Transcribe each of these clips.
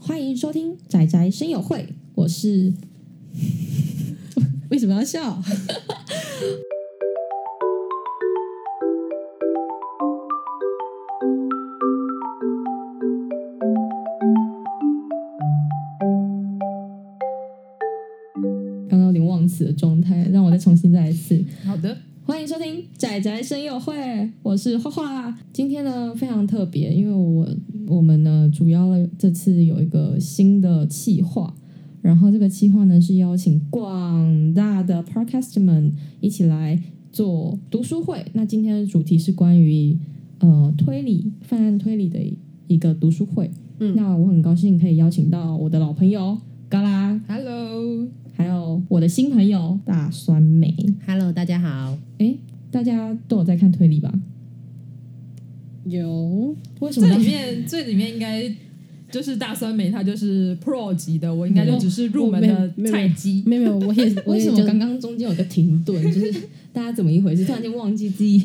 欢迎收听仔仔声友会，我是 为什么要笑？刚刚有点忘词的状态，让我再重新再一次。好的，欢迎收听仔仔声友会，我是画画。今天呢非常特别，因为我我们呢主要了这次有一个新的企划，然后这个企划呢是邀请广大的 podcaster 们一起来做读书会。那今天的主题是关于呃推理犯案推理的一个读书会。嗯那我很高兴可以邀请到我的老朋友嘎啦， ，Hello，Hello，还有我的新朋友大酸梅。大家好。诶，哎大家都有在看推理吧？有，为什这么里面这里面应该就是大酸梅，他就是 Pro 级的，我应该就只是入门我的没菜鸡。没有没有，我也 我为也 什就么刚刚中间有个停顿？就是大家怎么一回事？突然间忘记自己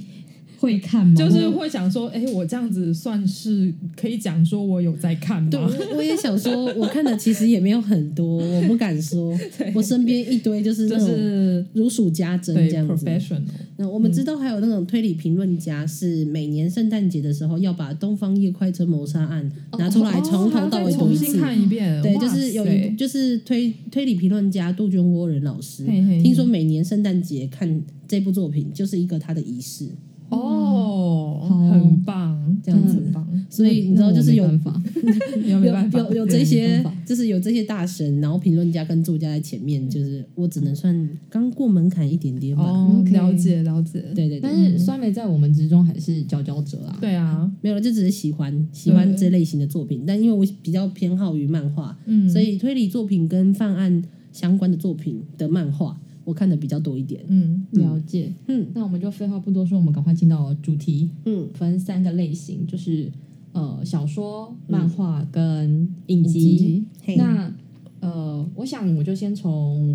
会看吗？就是会想说，哎，我这样子算是可以讲说我有在看对，吗？我我也想说，我看的其实也没有很多，我不敢说，我身边一堆就是就那种是如数家珍对这样子。 professional，那我们知道还有那种推理评论家，是每年圣诞节的时候要把《东方夜快车谋杀案哦》拿出来从头到哦再尾读重一新次。看一遍。对，哇就是有塞一就是推推理评论家杜鹃窝人老师，嘿嘿嘿听说每年圣诞节看这部作品就是一个他的仪式，哦，好很棒，嗯这样子很棒，所以你知道就是有那我没办法，有没有办法，有有这没办些法，就是有这些大神，然后评论家跟作家在前面，就是我只能算刚过门槛一点点吧。哦， OK 了解了解，对对但对，是酸梅在我们之中还是佼佼者啊。对啊，没有了，就只是喜欢喜欢这类型的作品，但因为我比较偏好于漫画，嗯，所以推理作品跟犯案相关的作品的漫画，我看的比较多一点。嗯，了解，嗯那我们就废话不多说，我们赶快进到主题，嗯，分三个类型，就是呃小说、漫画跟影影集。集嘿，那呃，我想我就先从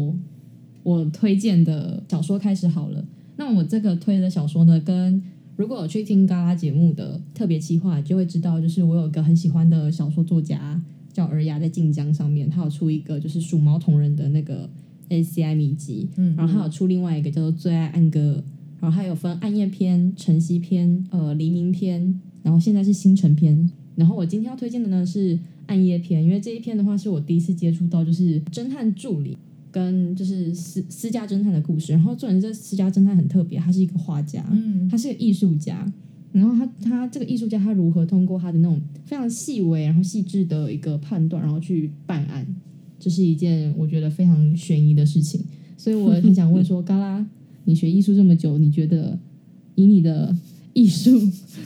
我我推荐的小说开始好了。那我这个推的小说呢，跟如果有去听嘎啦节目的特别企划，就会知道，就是我有一个很喜欢的小说作家叫尔雅，在晋江上面，他有出一个就是鼠毛同人的那个 ACI 秘籍，嗯然后他有出另外一个叫做《最爱暗歌》，然后还有分暗夜篇、晨曦篇、呃黎明篇，然后现在是星辰篇。然后我今天要推荐的呢是暗夜篇，因为这一篇的话是我第一次接触到，就是侦探助理跟就是私私家侦探的故事。然后重点是这私家侦探很特别，他是一个画家，嗯他是个艺术家。然后他他这个艺术家他如何通过他的那种非常细微然后细致的一个判断，然后去办案，这是一件我觉得非常悬疑的事情。所以我很想问说，嘎啦，你学艺术这么久，你觉得以你的艺术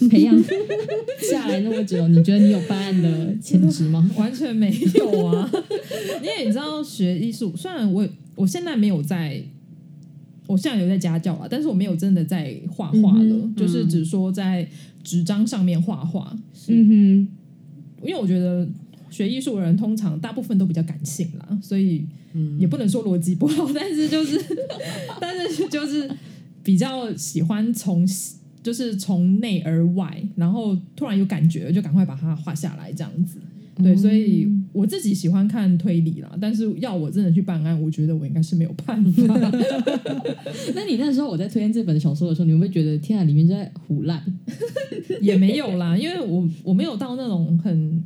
培养 下来那么久，你觉得你有办案的潜质吗？ 完全没有啊！ 因为你知道学艺术，虽然我我现在没有在，我现在有在家教啊，但是我没有真的在画画了，嗯哼就是只说在纸张上面画画。嗯因为我觉得学艺术的人通常大部分都比较感性啦，所以嗯也不能说逻辑不好， 但是就是但是就是比较喜欢从就是从内而外，然后突然有感觉就赶快把它画下来这样子。哼，对，所以嗯我自己喜欢看推理啦，但是要我真的去办案，我觉得我应该是没有办法。 那你那时候我在推荐这本小说的时候，你会不会觉得天啊，里面就在胡乱？也没有啦，因为我我没有到那种很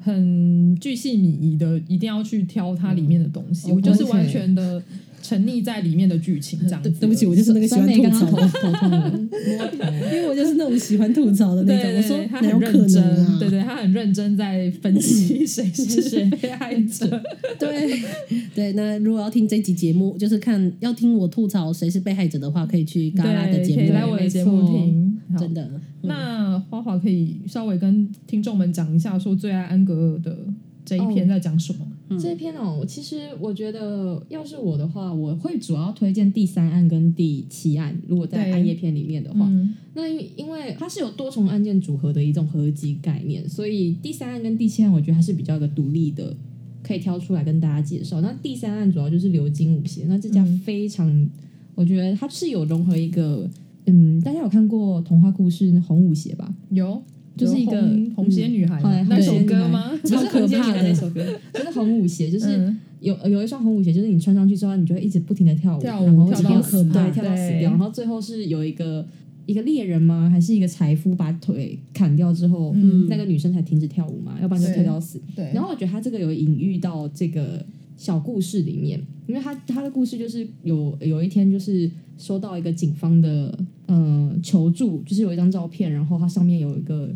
很巨细靡遗的，一定要去挑它里面的东西，嗯我就是而且完全的沉溺在里面的剧情这样子。哦对对不起，我就是那个喜欢酸梅吐刚刚槽头的，头痛了，摸头。因为我就是那种喜欢吐槽的那对对种。对我说他哪有很可认真，能啊？对对，他很认真在分析谁是 谁被害者。对 对，那如果要听这集节目，就是看要听我吐槽谁是被害者的话，可以去嘎啦的对，节可以目，来我的节目没错听。好真的。嗯那花花可以稍微跟听众们讲一下，说最爱安格尔的这一篇在讲什么？这篇哦，其实我觉得，要是我的话，我会主要推荐第三案跟第七案。如果在对暗夜篇里面的话，嗯那因为因为它是有多重案件组合的一种合集概念，所以第三案跟第七案，我觉得它是比较一个独立的，可以挑出来跟大家介绍。那第三案主要就是流金舞鞋，那这家嗯非常，我觉得它是有融合一个，嗯，大家有看过童话故事《红舞鞋》吧？有就是一个红红鞋女孩嘛嗯那首对歌吗？超不是红鞋可怕女孩的那首歌， 就是红舞鞋，就是嗯有有一双红舞鞋，就是你穿上去之后，你就会一直不停的跳舞，跳舞然后跳一到定要死死掉对，跳到死对掉，然后最后是有一个一个猎人吗？还是一个财夫把腿砍掉之后，嗯那个女生才停止跳舞嘛，要不然就对跳到死。对然后我觉得他这个有隐喻到这个小故事里面，因为他他的故事就是有有一天就是收到一个警方的呃求助，就是有一张照片，然后它上面有一个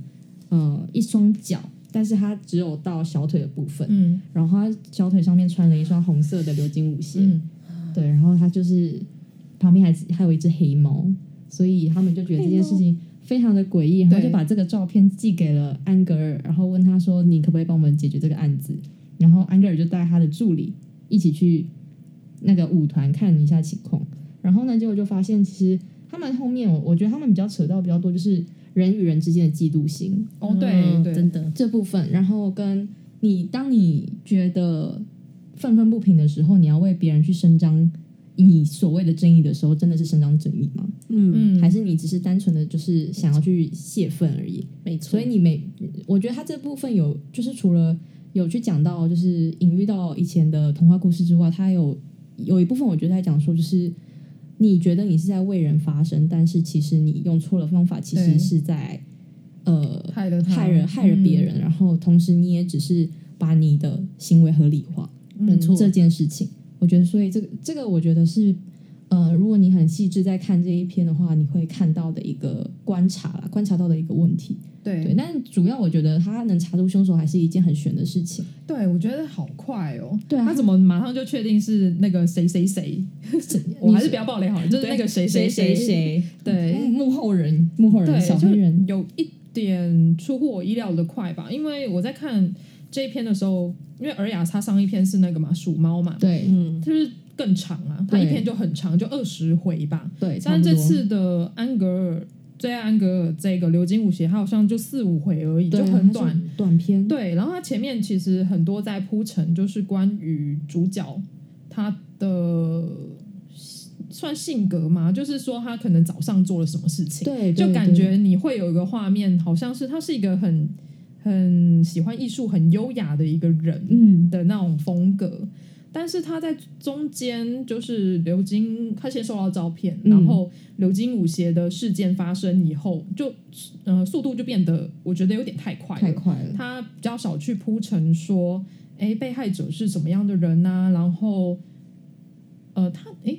呃一双脚，但是它只有到小腿的部分，嗯然后他小腿上面穿了一双红色的鎏金舞鞋，嗯，对，然后他就是旁边还还有一只黑猫，所以他们就觉得这件事情非常的诡异，然后对就把这个照片寄给了安格尔，然后问他说：“你可不可以帮我们解决这个案子？”然后安格尔就带他的助理一起去那个舞团看一下情况，然后呢，结果就发现其实他们后面我我觉得他们比较扯到比较多就是人与人之间的嫉妒心，哦对嗯对，真的，这部分，然后跟你当你觉得愤愤不平的时候，你要为别人去伸张你所谓的正义的时候，真的是伸张正义吗？嗯，嗯，还是你只是单纯的就是想要去泄愤而已？没错，所以你每，我觉得他这部分有，就是除了有去讲到，就是隐喻到以前的童话故事之外，他有有一部分我觉得在讲说，就是你觉得你是在为人发声，但是其实你用错了方法，其对实是在呃害了他嗯害人害了别，人，然后同时你也只是把你的行为合理化，嗯没错这件事情，我觉得，所以这个这个我觉得是，呃，如果你很细致在看这一篇的话，你会看到的一个观察啦，观察到的一个问题，对，对但主要我觉得他能查出凶手还是一件很悬的事情，对，我觉得好快哦，对啊他怎么马上就确定是那个谁谁谁？ 我还是不要暴雷好了，就是那个谁谁谁谁，谁，对，嗯幕后人，幕后人，对，小就黑人，有一点出乎我意料的快吧，因为我在看这一篇的时候，因为尔雅她上一篇是那个嘛鼠猫嘛，对嗯，就是更长啊，它对一篇就很长，就二十回吧。对，差但不是这多次的安格尔最爱安格尔这个流金舞鞋，它好像就四五回而已，对就它很是短。短篇，对，然后它前面其实很多在铺陈，就是关于主角他的算性格嘛，就是说他可能早上做了什么事情，对，就对感对觉你会有一个画面，好像是他是一个很很喜欢艺术、很优雅的一个人嗯，的那种风格。但是他在中间就是流金，他先收到照片，嗯然后流金舞鞋的事件发生以后，就呃速度就变得我觉得有点太快了，太快了，他比较少去铺陈说，哎，被害者是什么样的人呐、然后，呃，他哎，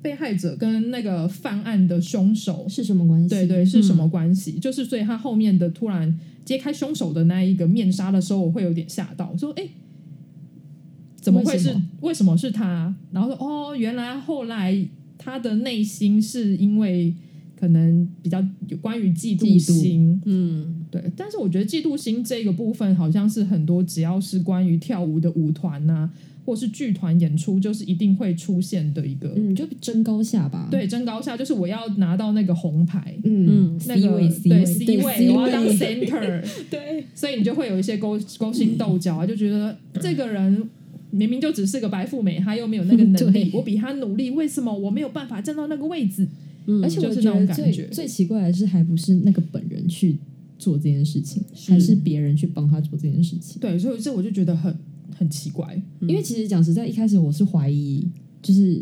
被害者跟那个犯案的凶手，是什么关系？对对，是什么关系？就是所以他后面的突然揭开凶手的那一个面纱的时候，我会有点吓到，说哎。诶怎么为会是什么为什么是他？然后说哦，原来后来他的内心是因为可能比较有关于嫉妒嫉妒心，嗯，对，但是我觉得嫉妒心这个部分好像是很多只要是关于跳舞的舞团呐、或是剧团演出，就是一定会出现的一个、嗯，就争高下吧。，对争高下，就是我要拿到那个红牌，嗯那，C 个位，C 对位 C 对位，我要当 C center，对，所以你就会有一些勾勾心斗角啊，就觉得这个人。明明就只是个白富美，她又没有那个能 对，力我比她努力，为什么我没有办法站到那个位置？而且我嗯就是觉那种得感最觉最奇怪的是，还不是那个本人去做这件事情，还是别人去帮他做这件事情。对，所以这我就觉得很很奇怪。因为其实讲实在，一开始我是怀疑，就是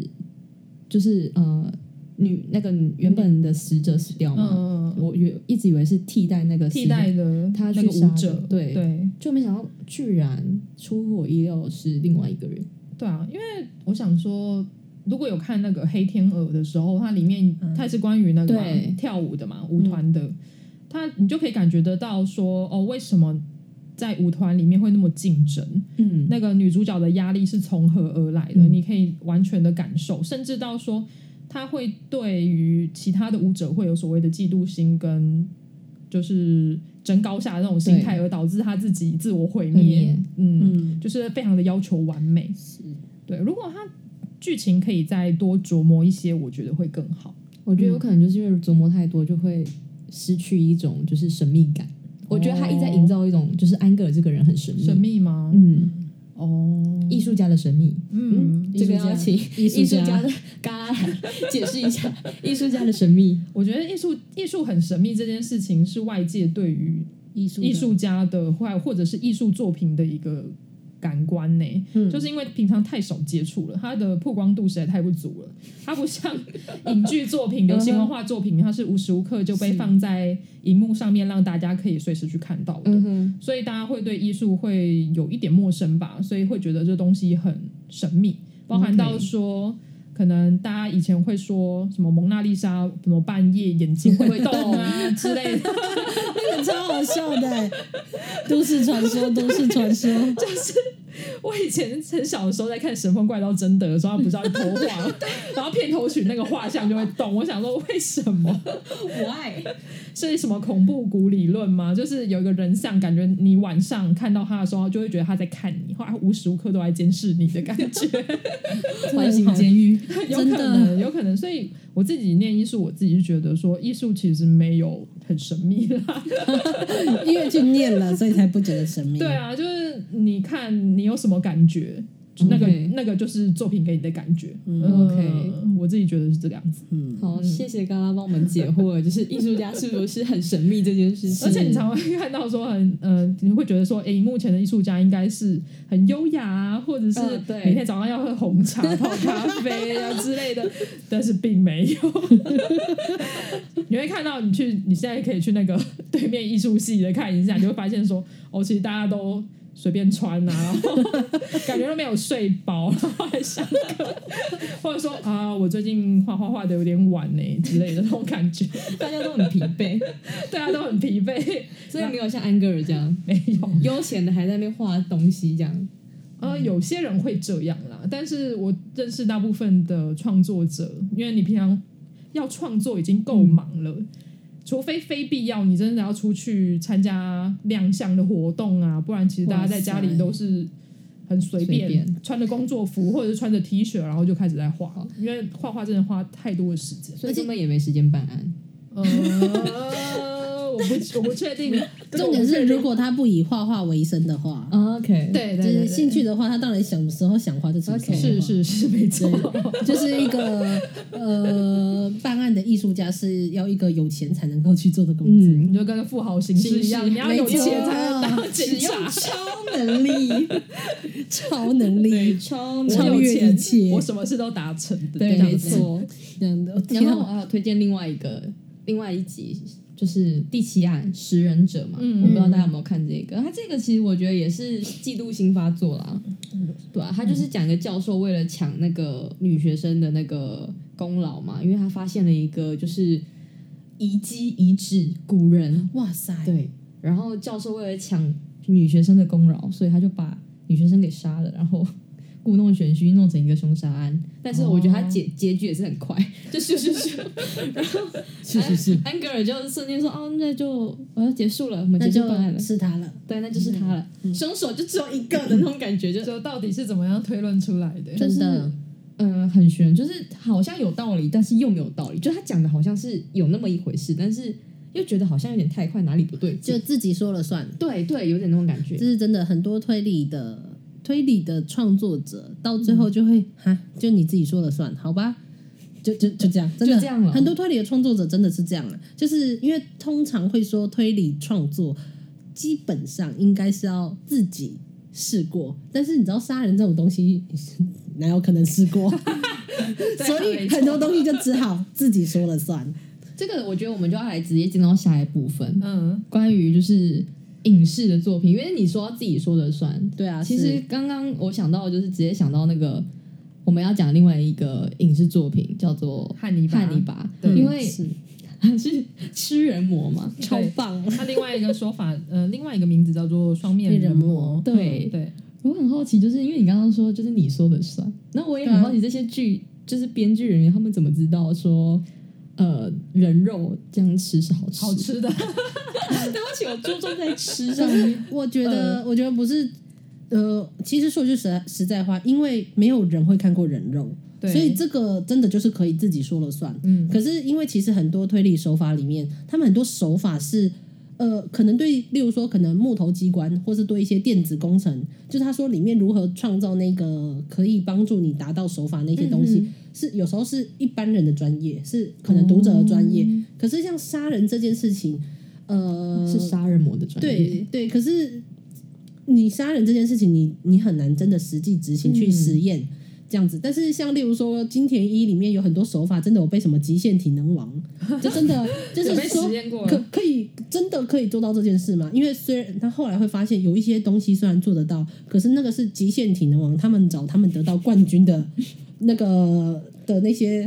就是呃，女那个原本的死者死掉嘛，嗯，我以一直以为是替代那个死者替代的嗯他那去个杀舞的者，对对，就没想到居然出乎我意料的是另外一个人。对啊，因为我想说，如果有看那个《黑天鹅》的时候，它里面它也是关于那个嘛对跳舞的嘛，舞团的，它你就可以感觉得到说，哦，为什么在舞团里面会那么竞争？嗯，那个女主角的压力是从何而来的？嗯你可以完全的感受，甚至到说，她会对于其他的舞者会有所谓的嫉妒心跟。就是争高下的那种心态，而导致她自己自我毁很灭黏。嗯，嗯，就是非常的要求完美。对，如果他剧情可以再多琢磨一些，我觉得会更好。我觉得有可能就是因为琢磨太多，就会失去一种就是神秘感。我觉得他一直在营造一种就是安格尔这个人很神秘，神秘吗？嗯，哦，艺术家的神秘。嗯，这个艺术家要请艺艺术术家家的嘎解释一下艺术家的神秘。我觉得艺术艺术很神秘这件事情是外界对于艺术的艺术家的或或者是艺术作品的一个感官呢、嗯就是因为平常太少接触了，它的曝光度实在太不足了。它不像影剧作品、流行文化作品，它是无时无刻就被放在荧幕上面，让大家可以随时去看到的。嗯哼，所以大家会对艺术会有一点陌生吧，所以会觉得这东西很神秘，包含到说。可能大家以前会说什么蒙娜丽莎什么半夜眼睛会不会动啊 之类的，那个超好笑的、都市传说，都市传说，我以前很小的时候在看《神风怪盗贞德》的时候，他不是要去头 画，然后片头曲那个画像就会动。我想说，为什么 我爱，是什么恐怖谷理论吗？就是有一个人像，感觉你晚上看到他的时候，就会觉得他在看你，后来无时无刻都在监视你的感觉。环形监狱， 有可能，有可能。所以我自己念艺术，我自己是觉得说，艺术其实没有很神秘嗯啦。因为去念了，所以才不觉得神秘。对啊，就是你看你有什么感觉。那个 OK 那个就是作品给你的感觉。嗯 OK 我自己觉得是这个样子。好，谢谢刚刚帮我们解惑，就是艺术家是不是很神秘这件事 情？而且你常会看到说很呃，你会觉得说，诶，荧幕前的艺术家应该是很优雅啊，或者是嗯对每天早上要喝红茶、泡咖啡啊之类的，但是并没有。 你会看到，你去你现在可以去那个对面艺术系的看一下，你会发现说，哦，其实大家都。随便穿啊，然后感觉都没有睡饱，然后还上课，或者说啊，我最近画画画的有点晚呢、之类的那种感觉，大家都很疲 惫，大家都很疲惫，所以没有像安格尔这样没有。悠闲的还在那边画东西这样。 呃，有些人会这样啦，但是我认识大部分的创作者，因为你平常要创作已经够忙嗯了，除非非必要，你真的要出去参加亮相的活动啊，不然其实大家在家哇里塞都是很随便，随便穿着工作服或者是穿着 T 恤，然后就开始在画，因为画画真的花太多的时 间。所以根本也没时间办案。呃，我不我不确定， 重点是，如果他不以画画为生的话，哦 OK，对对就对是对兴趣的话，他当然什么时候想画就什么时候 OK 画是是是没错。就是一个呃，办案的艺术家是要一个有钱才能够去做的工作。嗯，你就跟富豪行事一样，行事你要有没错钱才能当警察。超能力，超能力，超我能超力。有越钱一切我什么事都达成的。对，这样没子错。这样的。然天后我啊还有推荐另外一个，另外一集就是第七案食人者嘛，嗯我不知道大家有没有看这个？他这个其实我觉得也是嫉妒心发作啦，对啊，他就是讲一个教授为了抢那个女学生的那个功劳嘛，因为他发现了一个就是遗迹遗址古人哇塞，对，然后教授为了抢女学生的功劳，所以他就把女学生给杀了，然后故弄玄虚，弄成一个凶杀案。但是我觉得他结、结局也是很快， 就咻咻咻，是是是，安格尔就瞬间说：“哦，那就我要结束了，我们哎那结就束办案了。嗯是他了。”对，那就是他了，凶手就只有一个的那种感觉，就就到底是怎么样推论出来的？真的，嗯、很悬，就是好像有道理，但是又没有道理，就他讲的好像是有那么一回事，但是又觉得好像有点太快，哪里不对劲就自己说了算。对对，有点那种感觉这。是真的，很多推理的推理的创作者到最后就会嗯哈、就你自己说了算，好吧？就就就这样，真的这样了很多推理的创作者真的是这样了，就是因为通常会说推理创作基本上应该是要自己试过，但是你知道杀人这种东西 哪有可能试过？所 以很多东西就只好自己说了算。这个我觉得我们就要来直接进到下一部分，嗯，关于就是影视的作品，因为你说自己说了算。对啊，其是实刚刚我想到就是直接想到那个我们要讲另外一个影视作品，叫做汉尼《拔汉尼拔》，对因为嗯是 是吃人魔嘛。超棒，他另外一个说法，呃，另外一个名字叫做双面人魔。对，对，我很好奇，就是因为你刚刚说就是你说了算，那我也很好奇这些剧就是编剧人员他们怎么知道说呃人肉这样吃是好吃？好，吃的，对不起，我注重在吃可上面。是 我觉得，我觉得不是，呃，其实说句实在实在话，因为没有人会看过人肉， 对，所以这个真的就是可以自己说了算。嗯，可是因为其实很多推理手法里面，他们很多手法是。呃，可能对，例如说，可能木头机关，或是对一些电子工程，就是他说里面如何创造那个可以帮助你达到手法那些东西，是有时候哦是一般人的专业，是可能读者的专业。可是像杀人这件事情，呃，是杀人魔的专业。对对，可是你杀人这件事情你，你很难真的实际执行嗯去实验、这样子。但是像例如说金田一里面有很多手法，真的有被什么极限体能王，就真 的就是有被说实验嗯过可了，可以真的可以做到这件事吗？因为虽然他后来会发现有一些东西虽然做得到，可是那个是极限体能王，他们找他们得到冠 军的那个的那些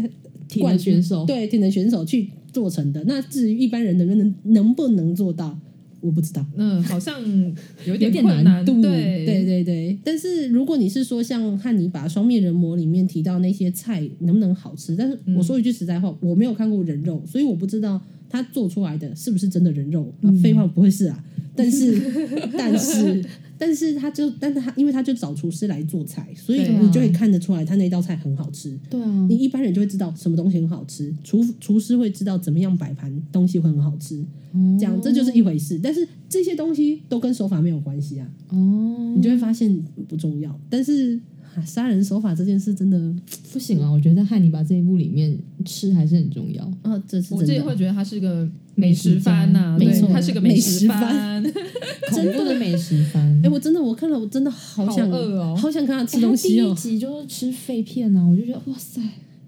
体冠能军选手对体能选手去做成的。那至于一般人能不能能不能做到，我不知道。嗯，好像有有点点困难难度对对对对，但是如果你是说像汉尼拔《双面人魔》里面提到那些菜能不能好吃，但是我说一句实在话，我没有看过人肉，所以我不知道他做出来的是不是真的人肉。嗯啊废话不会是啊，但是但是但是他就，但是他因为他就找厨师来做菜，所以对啊你就会看得出来他那道菜很好吃。对啊嗯你，一般人就会知道什么东西很好吃，厨厨师会知道怎么样摆盘东西会很好吃，嗯这样这就是一回事。但是这些东西都跟手法没有关系啊。嗯哦，你就会发现不重要。但是啊杀、人手法这件事真的，不行啊！我觉得在《汉尼拔》这一部里面，吃还是很重 要。啊，这是我自真己的。会觉得他是个美食番呐、美食家没对，错他是个食番，恐怖的美食番 哎、，我真的我看了，我真的好想好饿哦好想看他吃哎东他西第一哦。集就是吃肺片啊，我就觉得哇塞，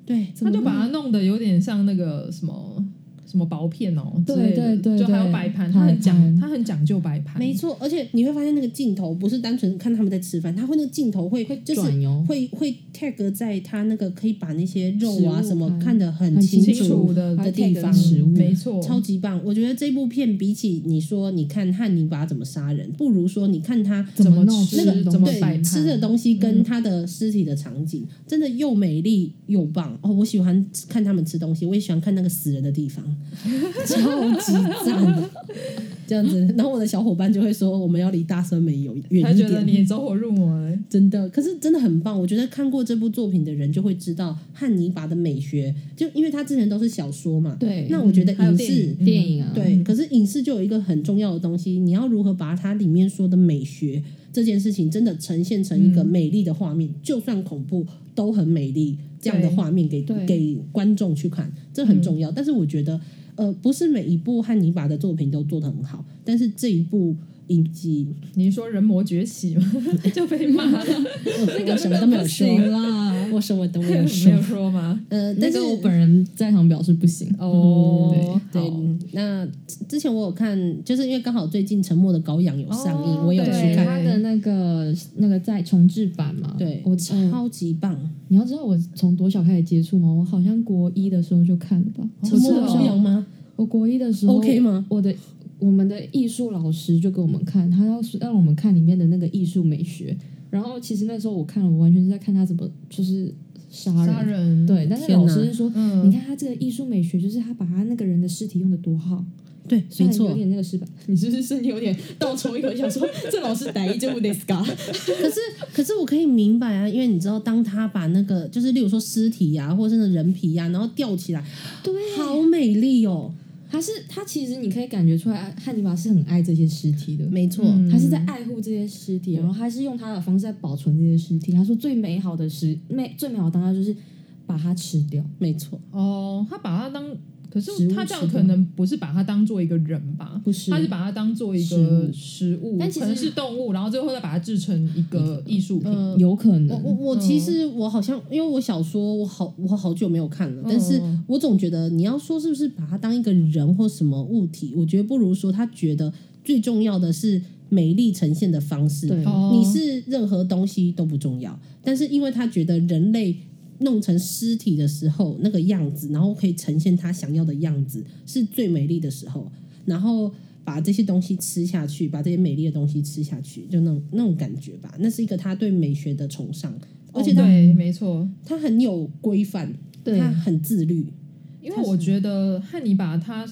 对，他就怎么把它弄得有点像那个什么什么薄片哦之对类的，对对就还有对摆盘，摆他很讲，盘他很讲究摆盘，没错，而且你会发现那个镜头不是单纯看他们在吃饭，他会那个镜头会会就是转哦哟会会 tag 在他那个可以把那些肉啊食物什么看看得很很清清楚的的地方，食物没错，超级棒！我觉得这部片比起你说你看汉尼拔怎么杀人，不如说你看他怎么弄弄吃吃，那个怎么嗯对摆盘，吃的东西跟他的尸体的场景，真的又美丽又棒哦！我喜欢看他们吃东西，我也喜欢看那个死人的 地方，超级赞。这样子，然后我的小伙伴就会说，我们要离大森美有他远一觉得点。你走火入魔了。真的，可是真的很棒。我觉得看过这部作品的人就会知道汉尼拔的美学，就因为他之前都是小说嘛。对那我觉得还有影电影视嗯电影啊，对，可是影视就有一个很重要的东西，你要如何把它里面说的美学这件事情，真的呈现成一个美丽的画面，就算恐怖都很美丽，这样的画面给对给观众去看，这很重要。但是我觉得，呃，不是每一部汉尼拔的作品都做得很好，但是这一部影集，你说人魔崛起吗？ 就被骂了，呃、那个我什么都没有说，那个 不啦， 我什么都没没有有说。说吗？呃，但但是是我本人在场表示不行。嗯哦，对好，那之前我有看，就是因为刚好最近《沉默的羔羊》有上映，哦我有对去看。他的那个那个在重置版嘛，对，我嗯超级棒，你要知道我从多小开始接触吗？我好像国一的时候就看了吧。哦我沉默是的羔羊吗？我国一的时候 OK 吗？我的我们的艺术老师就给我们看，他要是让我们看里面的那个艺术美学。然后其实那时候我看了，我完全是在看他怎么就是杀人。杀人，对，但是天老哪师是说，嗯你看他这个艺术美学，就是他把他那个人的尸体用的多好。对，虽没然有 错。点那个失败，你是不是身体有点倒抽一口气，想说这老师逮一就不得啊 s 可是，可是我可以明白啊，因为你知道，当他把那个，就是例如说尸体呀、或者是人皮啊呀、然后吊起来，对，好美丽哦。他是他其实你可以感觉出来，汉尼拔是很爱这些尸体的。没错，嗯他是在爱护这些尸体，然后他是用他的方式在保存这些尸体。他说最美好的时美最美好的当下就是把它吃掉。没错，哦，他把它当，可食是物他这样吃掉可能不是把它当做一个人吧？不是他是把它当做一个食物，但其实可能是动物，然后最后再把它制成一个艺术品。嗯、有可我我能，我其实嗯我好像，因为我小说我好我好久没有看了，但是嗯我总觉得你要说是不是把它当一个人或什么物体，我觉得不如说他觉得最重要的是美丽呈现的方式。对哦你是任何东西都不重要，但是因为他觉得人类弄成尸体的时候那个样子，然后可以呈现他想要的样子，是最美丽的时候，然后把这些东西吃下去，把这些美丽的东西吃下去，就那种那种感觉吧。那是一个他对美学的崇尚，而且哦他、对，没错，他很有规范，对他很自律，因为我觉得汉尼拔他。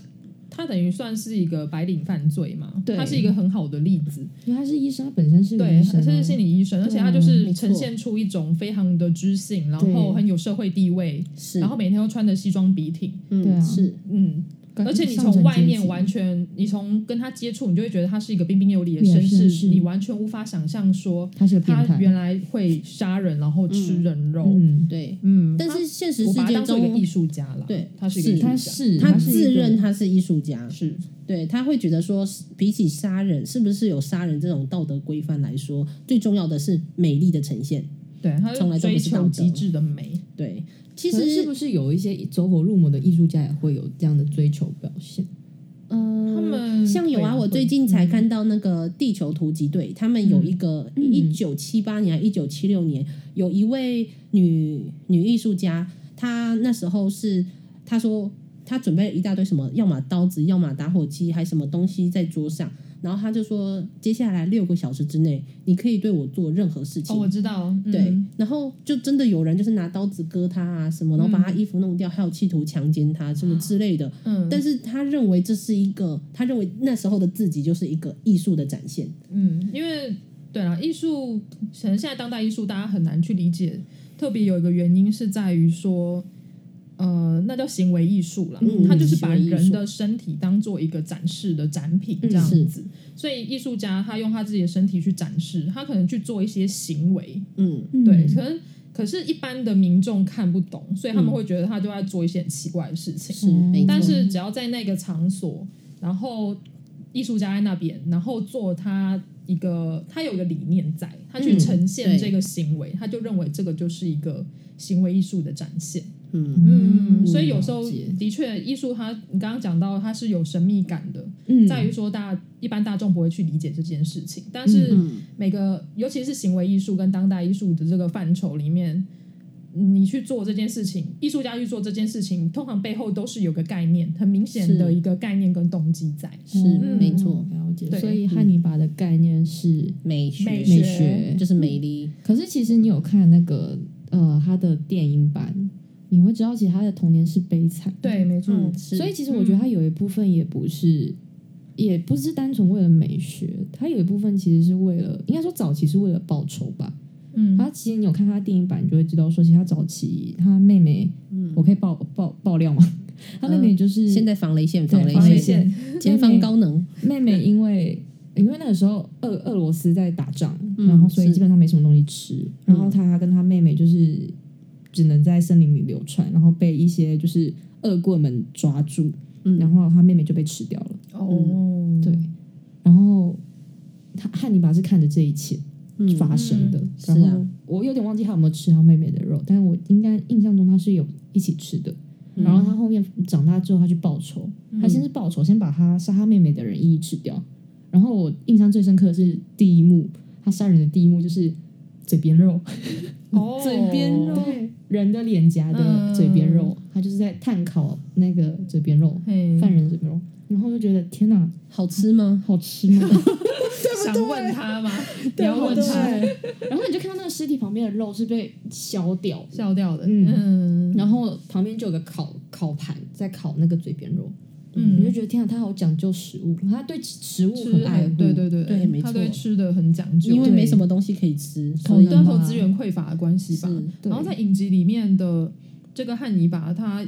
他等于算是一个白领犯罪嘛，对他是一个很好的例子，因为他是医生，他本身是个对，医生甚啊、至心理医生，而且他就没是错呈现出一种非常的知性，然后很有社会地位，是，然后每天都穿着西装笔挺，嗯、对啊是。嗯，感而且你上从层外阶面级完全，你从跟他接触，你就会觉得他是一个彬彬有礼的也绅是士，是你完全无法想象说他是个变他态，原来会杀人，然后吃人肉。嗯，对，嗯，但他是现实我世把他界当做一个艺中，术家了，对他是一个是艺术家他是他是一自个认他是艺术家，是对他会觉得说，比起杀人，是不是有杀人这种道德规范来说，最重要的是美丽的呈现。对，他从来是都不追是道求德极致的美。对，其可实是是不是有一些走火入魔的艺术家也会有这样的追求表现？嗯，他们像有啊，会我最近才看到那个地球突击队，他们有一个嗯一九七八年、一九七六年，有一位女女艺术家，她那时候是她说她准备了一大堆什么，要么刀子，要么打火机，还什么东西在桌上，然后她就说，接下来六个小时之内，你可以对我做任何事情哦，。我知道，嗯对，然后就真的有人就是拿刀子割她啊什么，然后把她衣服弄掉，还有企图强奸她什么之类的。嗯，但是他认为这是一个，他认为那时候的自己就是一个艺术的展现。嗯，因为对啦，艺术可能现在当代艺术大家很难去理解，特别有一个原因是在于说，呃，那叫行为艺术啦，嗯它就是把行为艺术人的身体当做一个展示的展品这样嗯是子，所以艺术家他用他自己的身体去展示，他可能去做一些行为，嗯，对，嗯可能。可是，一般的民众看不懂，所以他们嗯会觉得他就在做一些很奇怪的事情。是，没错但是只要在那个场所，然后艺术家在那边，然后做他一个，他有一个理念在，他去嗯呈现对这个行为，他就认为这个就是一个行为艺术的展现。嗯嗯，嗯所以有时候了解的确，艺术它你刚刚讲到它是有神秘感的，嗯在于说大一般大众不会去理解这件事情，但是。嗯，每个，尤其是行为艺术跟当代艺术的这个范畴里面，你去做这件事情，艺术家去做这件事情，通常背后都是有个概念，很明显的是一个概念跟动机在。是嗯没错，了解。对所以汉尼拔的概念是美学美美学学，就是美丽。可是其实你有看那个呃他的电影版，你会知道其实他的童年是悲惨的。对，没错。嗯，是，所以其实我觉得它有一部分也不是，也不是单纯为了美学，它有一部分其实是为了，应该说早期是为了报仇吧。嗯，他其实你有看他电影版，你就会知道说，其实他早期他妹妹，我可以爆爆爆料吗？他妹妹就是、现在防雷线，防雷防嗯雷线，线前方高能。妹妹因为因为那个时候俄俄罗斯在打仗，嗯然后所以是嗯基本上没什么东西吃，然后她跟她妹妹就是只能在森林里流窜，然后被一些就是恶棍们抓住，嗯然后她妹妹就被吃掉了。哦，嗯对，然后他汉尼拔是看着这一切嗯发生的，是啊然后、我有点忘记他有没有吃他妹妹的肉，但是我应该印象中他是有一起吃的。嗯嗯然后他后面长大之后，他去报仇，他先是报仇，先把他杀他妹妹的人一一吃掉。然后我印象最深刻的是第一幕，他杀人的第一幕就是嘴边肉，哦，嘴边肉，人的脸颊的嘴边肉，他就是在炭烤那个嘴边肉，嘿，犯人的嘴边肉。然后就觉得天哪，好吃吗？好吃吗？想问他吗？你要问对他， 然后你就看到那个尸体旁边的肉是被削掉的，笑掉的。嗯嗯然后旁边就有个烤烤盘在烤那个嘴边肉，你就嗯，觉得天啊，他好讲究食物，他对食物吃很爱护，对对对对没他错对吃的很讲究，因为没么。什么东西可以吃，可所能以对那时候吧资源匮乏的关系吧。是对然后在影集里面的这个汉尼拔，他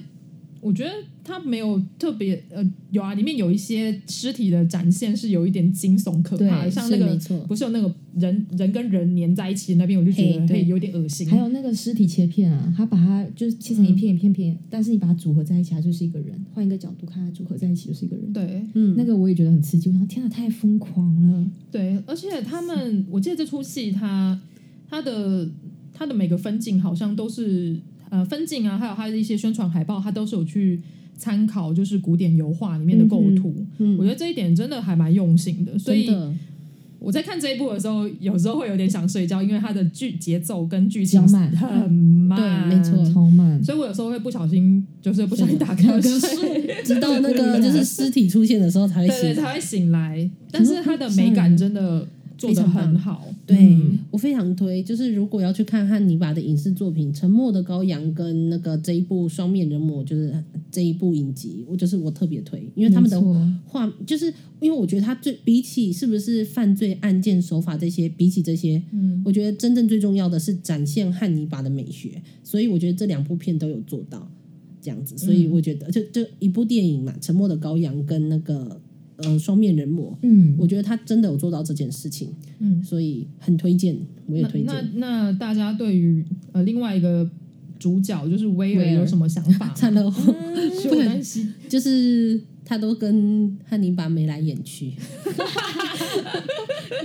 我觉得他没有特别呃，有啊，里面有一些尸体的展现是有一点惊悚可怕的，对像那是没个错，不是有那个人人跟人粘在一起那边，我就觉得嘿对嘿有点恶心还。有那个尸体切片啊，他把它就是切成一片一片片，但是你把它组合在一起，它就是一个人。换一个角度看，它组合在一起就是一个人。对嗯，那个我也觉得很刺激，我想天啊，太疯狂了。对，而且他们，我记得这出戏它它的它的每个分镜好像都是呃分镜啊，还有它的一些宣传海报，它都是有去参考就是古典油画里面的构嗯哼图。嗯我觉得这一点真的还蛮用心的，所真以的我在看这一部的时候，有时候会有点想睡觉，因为它的剧节奏跟剧情比较慢很慢，对没嗯错超慢，所以我有时候会不小心，就是不小心打瞌睡，直到那个就是尸体出现的时候才会对对，醒。才会醒来。但是它的美感真的做的很好，对嗯我非常推，就是如果要去看汉尼拔的影视作品，《沉默的羔羊》跟那个这一部《双面人魔》，就是这一部影集，我就是我特别推，因为他们的没错画，就是因为我觉得他最比起是不是犯罪案件手法这些，比起这些，嗯，我觉得真正最重要的是展现汉尼拔的美学，所以我觉得这两部片都有做到。这样子，嗯所以我觉得就就一部电影嘛，《沉默的羔羊》跟那个呃双面人魔，嗯，我觉得他真的有做到这件事情，嗯，所以很推荐，我也推那荐。那那大家对于呃另外一个主角就是威尔威尔？有什么想法 灿烂嗯花不担心，就是他都跟汉尼拔眉来眼去，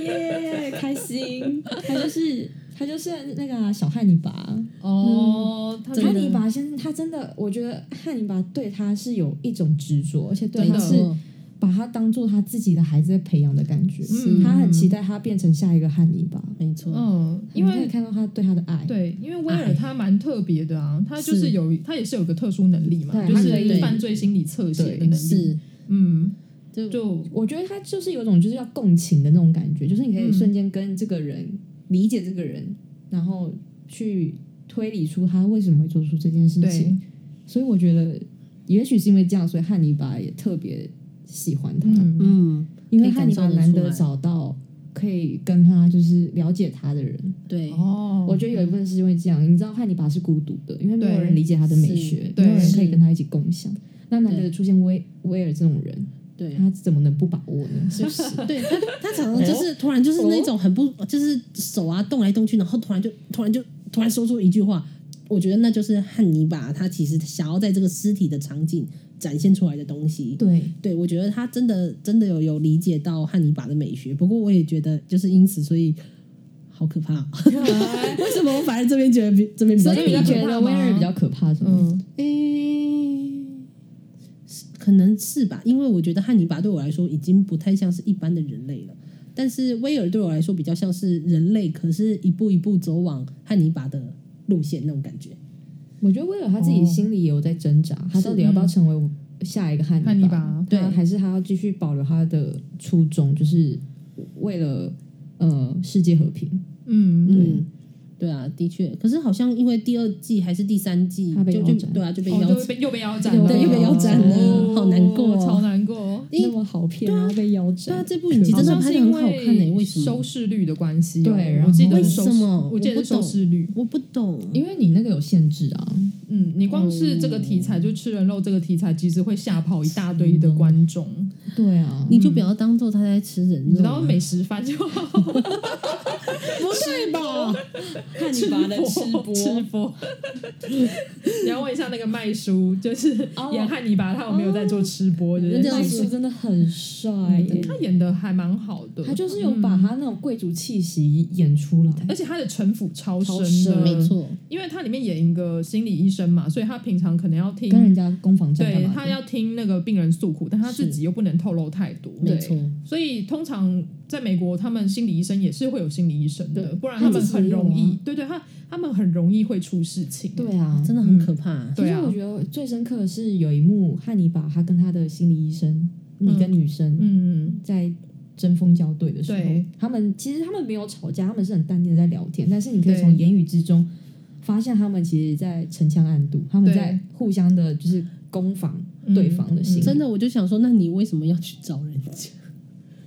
耶，开心。他就是他就是那个啊小汉尼拔，哦，他汉觉尼得拔先生，他真的，我觉得汉尼拔对他是有一种执着，而且对真他的哦是把他当做他自己的孩子在培养的感觉。是他很期待他变成下一个汉尼拔，没错，嗯，因你可以为看到他对他的爱，对，因为威尔他蛮特别的啊，他就是是有他也是有个特殊能力嘛，对就他可是以犯罪心理侧写的能力，是嗯，就就我觉得他就是有种就是要共情的那种感觉，就是你可以嗯瞬间跟这个人、理解这个人，然后去推理出他为什么会做出这件事情。对，所以我觉得，也许是因为这样，所以汉尼拔也特别喜欢他，嗯嗯，因为汉尼拔可以感难受得出得来找到可以跟他就是了解他的人。对，哦，我觉得有一部分是因为这样，你知道汉尼拔是孤独的，因为没有对人理解他的美学，对没有人可以是跟他一起共享。那难得出现威威尔这种人，对， 他怎么能不把握呢？是不 是？对他，他常常哦就是突然就是那种很不，就是手啊动来动去，然后突然就突然就突然说出一句话，我觉得那就是汉尼拔他其实想要在这个尸体的场景展现出来的东西。对，对，我觉得他真的真的有有理解到汉尼拔的美学，不过我也觉得就是因此，所以好可怕、啊 为什么我反而这边觉得比这边比较所可以怕你觉得威尔比较可怕是吗？嗯诶，是可能是吧，因为我觉得汉尼拔对我来说已经不太像是一般的人类了，但是威尔对我来说比较像是人类，可是一步一步走往汉尼拔的路线那种感觉。我觉得威尔他自己心里也有在挣扎，他到底要不要成为下一个哦汉汉尼尼拔对，对还是他要继续保留他的初衷，就是为了呃世界和平，嗯，嗯，对啊，的确，可是好像因为第二季还是第三季，他被就腰就斩对啊，就被哦腰就斩。被又被腰斩了，对又被腰斩了哦好难过哦超难过。因那么好骗，然后被腰对啊斩，，这部影集真的好像拍是的因很好看诶、为什么收？视率的关系哦、对然后我记得是收视为什么我记得是收视率。我不懂，因为你那个有限制啊，嗯，你光是这个题材，就吃人肉这个题材，其实会吓跑一大堆的观众。对啊，你就不要当做他在吃人肉，你知道美食番就好不是 吧？汉尼吃拔的吃播，播，吃播。你要问一下那个麦叔，就是哦演汉尼拔，他有没有在做吃播？就是人家麦叔真的很帅耶，他演的还蛮好的，他就是有把他那种贵族气息演出来，而且他的城府超超深的，深没错，因为他里面演一个心理医生嘛，所以他平常可能要听跟人家攻防战干对嘛他的？要听那个病人诉苦，但他自己又不能透露太多，没错，所以通常在美国，他们心理医生也是会有心理医生的，对不然他们很容他自己易，有对对，他他们很容易会出事情。啊对啊，真的很可怕、其对实啊我觉得最深刻的是有一幕，汉尼拔他跟他的心理医生，你跟女生嗯，在针锋交对的时候对，他们其实他们没有吵架，他们是很淡定的在聊天，但是你可以对从言语之中发现他们其实在陈腔暗度，他们对在互相的就是攻防嗯对方的心。嗯真的，我就想说，那你为什么要去找人家？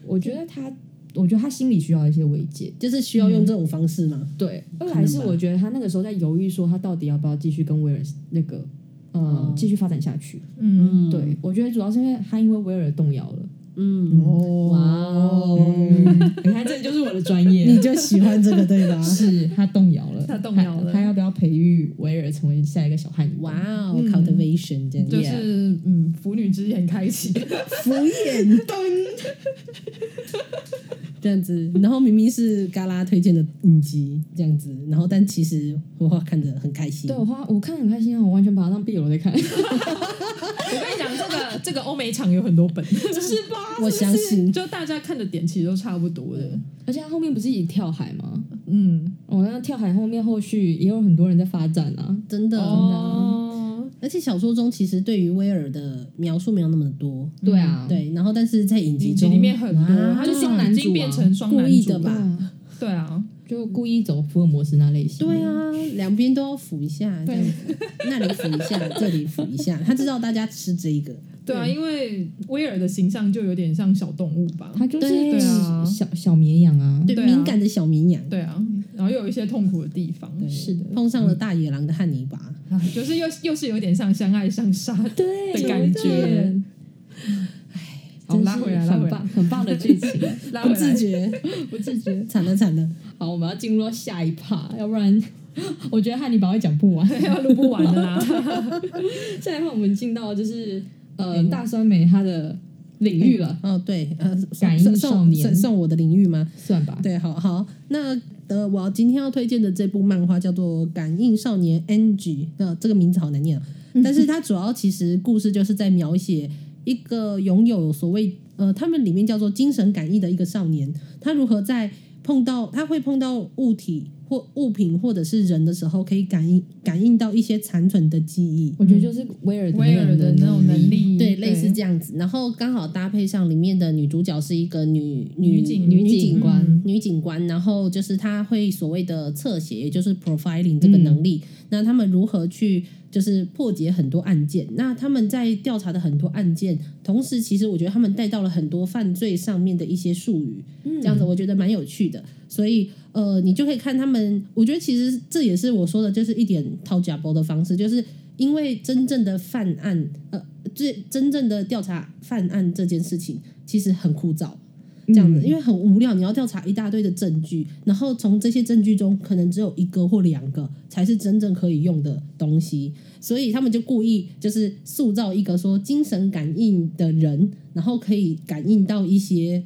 我觉得他，我觉得他心里需要一些慰藉。就是需要用这种方式吗？对，二能来是吧我觉得他那个时候在犹豫，说他到底要不要继续跟威尔那个呃哦继续发展下去。嗯，嗯，对，我觉得主要是因为他因为威尔动摇了。嗯，哇哦，哦，你嗯看，这就是我的专业你就喜欢这个对 吧？是他动摇了，他动摇了他他要不要培育威尔成为下一个小汉尼拔？哇哦嗯，cultivation 这样就 Yeah 是嗯，腐女之眼开启， 敷衍 咚，这样子。然后明明是嘎啦推荐的影集这样子，然后但其实我看着很开心对，我花我看得很开心啊，我完全把它当必有在看， 我跟你讲，这个这个欧美场有很多 本，是吧？我相信。就大家看的点其实都差不多的。而且他后面不是也跳海吗？嗯，哦，那跳海后面后续也有很多人在发展啊，真的，哦，而且小说中其实对于威尔的描述没有那么多，对啊，对，然后但是在影集嗯影集中里面很多，哇他就是已经变成双故男意主的了对吧？啊，对啊，就故意走福尔摩斯那类型，对啊，两边都要扶一下，这样子，那里扶一 下，这里扶一下，他知道大家吃这一个，对啊，因为威尔的形象就有点像小动物吧，他就是对啊小小绵羊啊，对，对啊敏感的小绵羊，对啊，然后又有一些痛苦的地方，对是的碰上了大野狼的汉尼拔，啊就是又又是有点像相爱相杀的对的感觉。好，真拉是回来，拉很回来棒，，很棒的剧 情，拉不回自来。觉，不自觉。惨了惨了。好，我们要进入到下一趴，要不然 我觉得汉尼拔会讲不 完。要录不完的啊 啦，下一趴我们进到就是呃大酸梅她的领域了，哦，对，呃，感送应少送年送送我的领域吗？算吧。对，好好，那呃，我今天要推荐的这部漫画叫做《感应少年 Angie》，那这个名字好难念啊， 但是它主要其实故事就是在描写一个拥有所谓呃，他们里面叫做精神感应的一个少年，他如何在碰到他会碰到物体或物品或者是人的时候，可以感应感应到一些残存的记忆。我觉得就是威尔的威尔的那种能力，对，类似这样子，然后刚好搭配上里面的女主角是一个女女警女女警警官，嗯女警官，然后就是她会所谓的侧写，也就是 profiling 这个能力。那他们如何去就是破解很多案件？那他们在调查的很多案件，同时其实我觉得他们带到了很多犯罪上面的一些术语，这样子我觉得蛮有趣的。所以呃，你就可以看他们，我觉得其实这也是我说的，就是一点掏假包的方式，就是因为真正的犯案，呃，这真正的调查犯案这件事情其实很枯燥。这样子，因为嗯很无聊，你要调查一大堆的证据，然后从这些证据中，可能只有一个或两个才是真正可以用的东西，所以他们就故意就是塑造一个说精神感应的人，然后可以感应到一些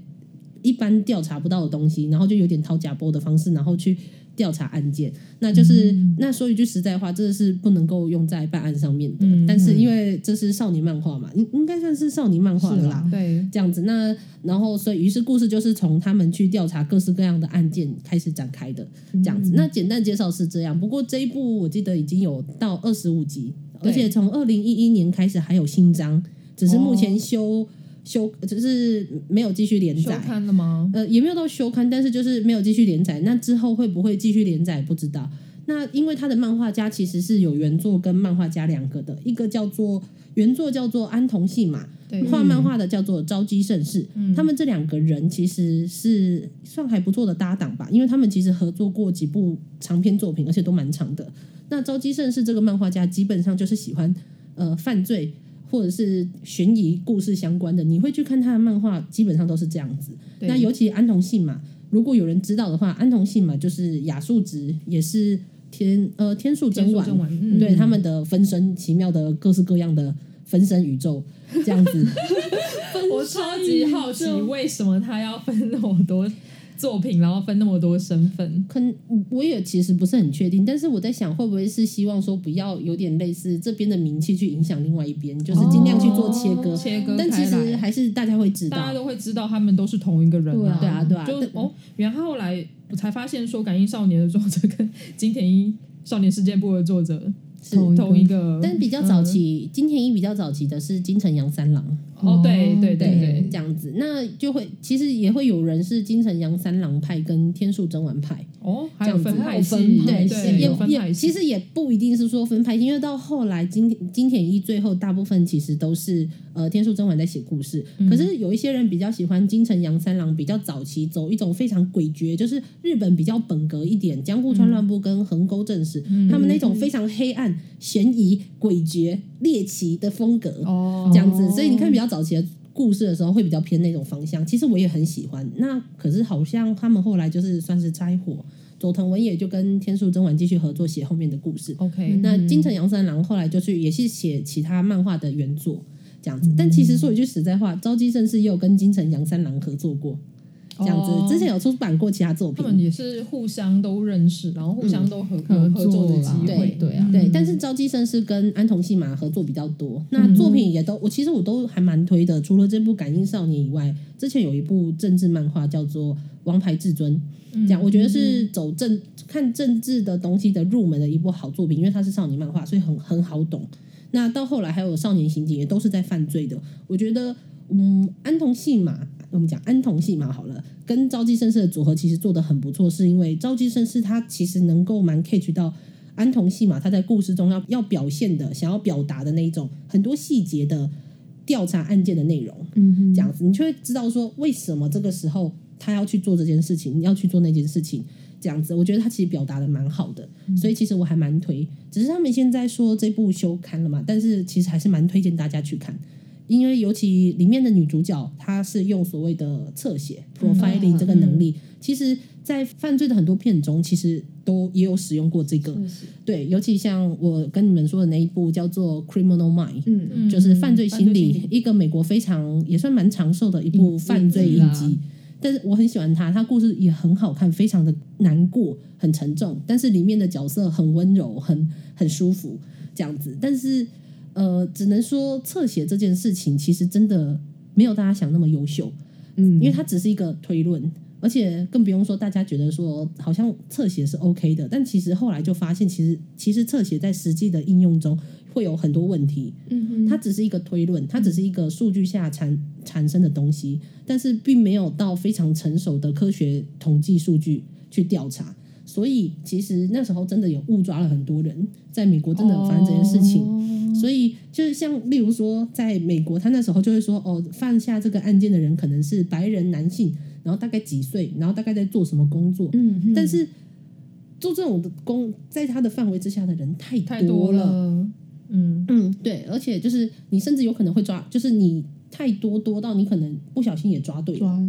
一般调查不到的东西，然后就有点掏假包的方式，然后去调查案件。那就是、那说一句实在话，这是不能够用在办案上面的。但是因为这是少年漫画嘛，应应该算是少年漫画了是啦。啦对，这样子。那然后，所以于是故事就是从他们去调查各式各样的案件开始展开的，这样子。那简单介绍是这样，不过这一部我记得已经有到二十五集，对而且从二零一一年开始还有新章，只是目前休、休，只是没有继续连嗯收载。刊了吗？呃，也没有到休刊，但是就是没有继续连载。那之后会不会继续连载，不知道。那因为他的漫画家其实是有原作跟漫画家两个的，一个叫做原作叫做安童戏嘛，对画漫画的叫做朝姬盛世。他们这两个人其实是算还不错的搭档吧，因为他们其实合作过几部长篇作品，而且都蛮长的。那朝姬盛世这个漫画家基本上就是喜欢呃犯罪或者是悬疑故事相关的，你会去看他的漫画，基本上都是这样子。对那尤其安童信嘛，如果有人知道的话，安童信嘛就是亚数值，也是天呃天数真监管，晚，嗯，对他们的分身奇妙的各式各样的分身宇宙这样子。 我超嗯级好奇为什么他要分那么多作品，然后分那么多身份？可能我也其实不是很确定，但是我在想，会不会是希望说不要有点类似这边的名气去影响另外一边，就是尽量去做切割。哦切割但其开实来还是大家会知道大，家都会知道他们都是同一个人啊，对啊对啊就对哦，原来后来我才发现说，《感应少年》的作者跟金田一少年事件簿的作者是同一个同一个，但比较早嗯期，金田一比较早期的是金城阳三郎，哦，对对对对，这样子，那就会其实也会有人是金城阳三郎派跟天数真丸派，哦，还有分派这样系，子还有分派系对，也有分派也系，其实也不一定是说分派系，因为到后来金金田一最后大部分其实都是呃天数真丸在写故事，嗯可是有一些人比较喜欢金城阳三郎比较早期走一种非常诡谲，就是日本比较本格一点，江户川乱步跟横沟正史、嗯他们那种非常黑暗、悬疑、诡谲、猎奇的风格，哦，这样子。所以你看比较早期的故事的时候，会比较偏那种方向。其实我也很喜欢，那可是好像他们后来就是算是拆伙，佐藤文也就跟天树真丸继续合作写后面的故事。 OK，那金城阳三郎后来就去也是写其他漫画的原作。这样子，嗯但其实说一句实在话，朝基正是也有跟金城阳三郎合作过，这样子，哦之前有出版过其他作他品，们也是互相都认识，然后互相都合合嗯合作的机合作啦会，对啊对，但是朝基生是跟安童戏码合作比较多，那作品也都我其实我都还蛮推的，除了这部《感应少年》以外，之前有一部政治漫画叫做《王牌至尊》，这样我觉得是走政看政治的东西的入门的一部好作品，因为它是少年漫画，所以很很好懂。那到后来还有《少年刑警》，也都是在犯罪的，我觉得。嗯，安童戏码，我们讲安童戏码好了，跟朝基绅士的组合其实做的很不错，是因为朝基绅士他其实能够蛮 catch 到安童戏码他在故事中要要表现的、想要表达的那一种很多细节的调查案件的内容，嗯这样子你就会知道说为什么这个时候他要去做这件事情，要去做那件事情。这样子，我觉得他其实表达的蛮好的，所以其实我还蛮推。只是他们现在说这部休刊了嘛，但是其实还是蛮推荐大家去看，因为尤其里面的女主角她是用所谓的侧写 profiling 这个能力，其实，在犯罪的很多片中，其实都也有使用过这个。对，尤其像我跟你们说的那一部叫做《Criminal Mind》，嗯，嗯就是犯罪心犯罪理心，嗯一个美国非常也算蛮长寿的一部犯罪影集影啦集。但是我很喜欢它，它故事也很好看，非常的难过，很沉重，但是里面的角色很温柔，很很舒服这样子。但是呃，只能说侧写这件事情其实真的没有大家想那么优秀，嗯，因为它只是一个推论，而且更不用说大家觉得说好像侧写是 OK 的，但其实后来就发现，其实其实侧写在实际的应用中会有很多问题，嗯它只是一个推论，它只是一个数据下产产生的东西，但是并没有到非常成熟的科学统计数据去调查。所以其实那时候真的有误抓了很多人，在美国真的很发生这件事情。哦所以就是像例如说，在美国，他那时候就会说，哦，犯下这个案件的人可能是白人男性，然后大概几岁，然后大概在做什么工作。嗯嗯但是做这种的工，在他的范围之下的人太太多了，了，嗯，嗯，对，而且就是你甚至有可能会抓，就是你太多多到你可能不小心也抓对了，抓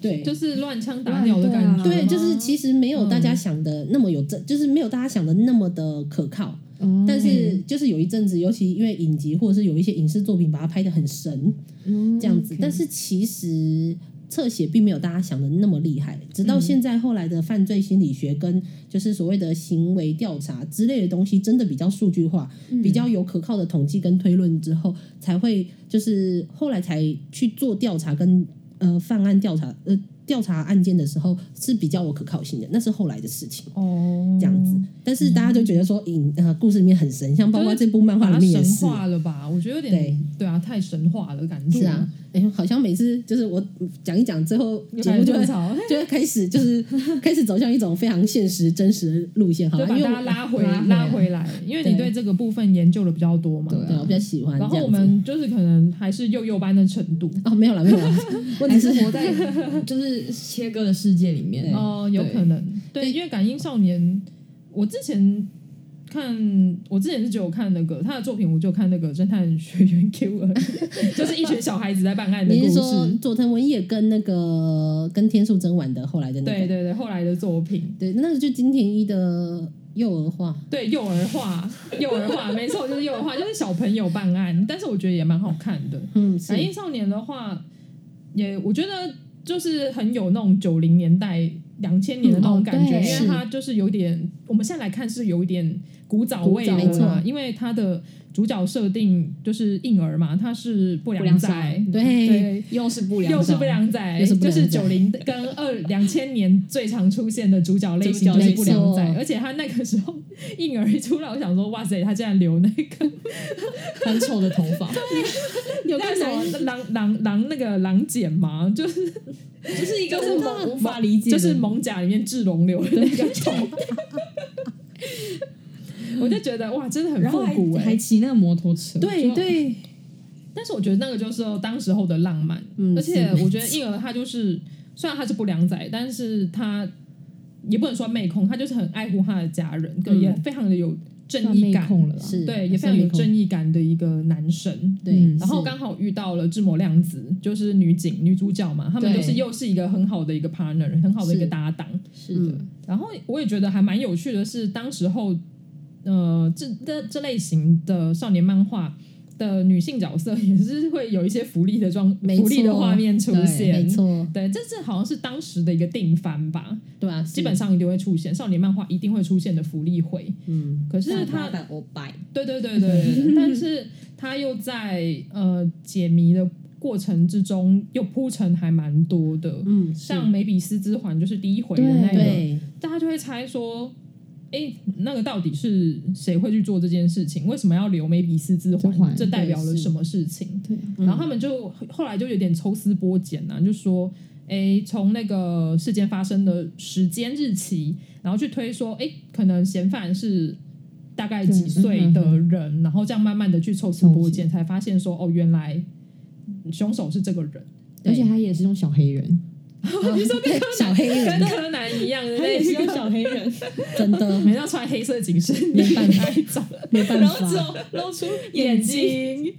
对，就是乱枪打鸟的感觉，对，就是其实实没有大家想的那么有正，就是没有大家想的那么的可靠。哦嗯但是就是有一阵子，尤其因为影集或者是有一些影视作品把它拍的很神嗯这样子，但是其实侧写并没有大家想的那么厉害。直到现在后来的犯罪心理学跟就是所谓的行为调查之类的东西，真的比较数据化，比较有可靠的统计跟推论之后，才会就是后来才去做调查跟呃犯案调查呃调查案件的时候是比较有可靠性的，那是后来的事情。哦这样子，但是大家就觉得说影呃故事里面很神，像包括这部漫画里面也把它是神，化了吧？我觉得有点对对啊，太神话了感觉。是啊，，哎、好像每次就是我讲一讲最后嗯又节开始目就会吐槽， 就会开始就是开始走向一种非常现实真实的路线，好就吧？把因为大家我拉回拉回拉回来，因为你对对这个部分研究的比较多嘛。对对我比较喜欢这然样后子。我们就是可能还是幼幼班的程度，哦没有了没 有了，问还题是是活在就是切割的世界里面哦，有对可能，对，因为《感应少年》，我之前看，我之前是只有看那个他的作品，我就看那个《侦探学院 Q》，就是一群小孩子在办案的你故是说事。佐藤文也跟那个跟天树真玩的后来的那对个？对对，后来的作品，对那个就金田一的幼儿化。对幼儿化，幼儿化，没错，就是幼儿化，就是小朋友办案，但是我觉得也蛮好看的。嗯，感应少年的话，也我觉得就是很有那种九零年代、两千年的嗯那种哦感觉，对因为它就是有点，我们现在来看是有一点古早味古早了味啦，因为它的主角设定就是婴儿嘛，他是不不良良少仔，对，对。又是不良，又是不，良仔，又是不就良仔是九零跟二两千年最常出现的主角类型主就角是不良仔没，错而且他那个时候婴儿一出来，我想说哇塞，他竟然留那个很丑的头发， 有那看什到么狼狼狼那个狼茧嘛，就是 就是一个就是我无法理解的，就是蒙甲里面智龙流的那个头， 我就觉得哇，真的很然复后还古哎、还骑那个摩托车，对就对，但是我觉得那个就是当时候的浪漫，嗯而且我觉得婴儿他就是虽然他是不良仔，但是他也不能说妹控，他就是很爱护他的家人，跟嗯也非常的有正算义妹感，控了啦，是对，也非常有义。正义感的一个男生。对，嗯然后刚好遇到了志摩亮子，就是女警女主角嘛，他们对就是又是一个很好的一个 partner，很好的一个搭档。是的，然后我也觉得还蛮有趣的是，当时候呃这这这类型的少年漫画。的女性角色也是会有一些福利的状没错福利的画面出现，没错，对，这是好像是当时的一个定番吧，对啊，是基本上一定会出现少年漫画一定会出现的福利会，嗯，可是它的欧拜，对对对对，对但是他又在呃解谜的过程之中又铺陈还蛮多的，嗯，是像梅比斯之环就是第一回的那个，对大家就会猜说。哎，那个到底是谁会去做这件事情？为什么要留梅比斯之之环？环这代表了对是什么事情？对啊，然后他们就后来就有点抽丝剥茧啊，就说，哎，从那个事件发生的时间日期，然后去推说，哎，可能嫌犯是大概几岁的人，然后这样慢慢的去抽丝剥茧，才发现说，哦，原来凶手是这个人。 而且他也是用小黑人，你说跟柯南小黑人跟柯南一样的他那也是个个，小 黑人，真的每到穿黑色紧 身，没办法拍照，没办然后只法，有露出 眼眼睛，睛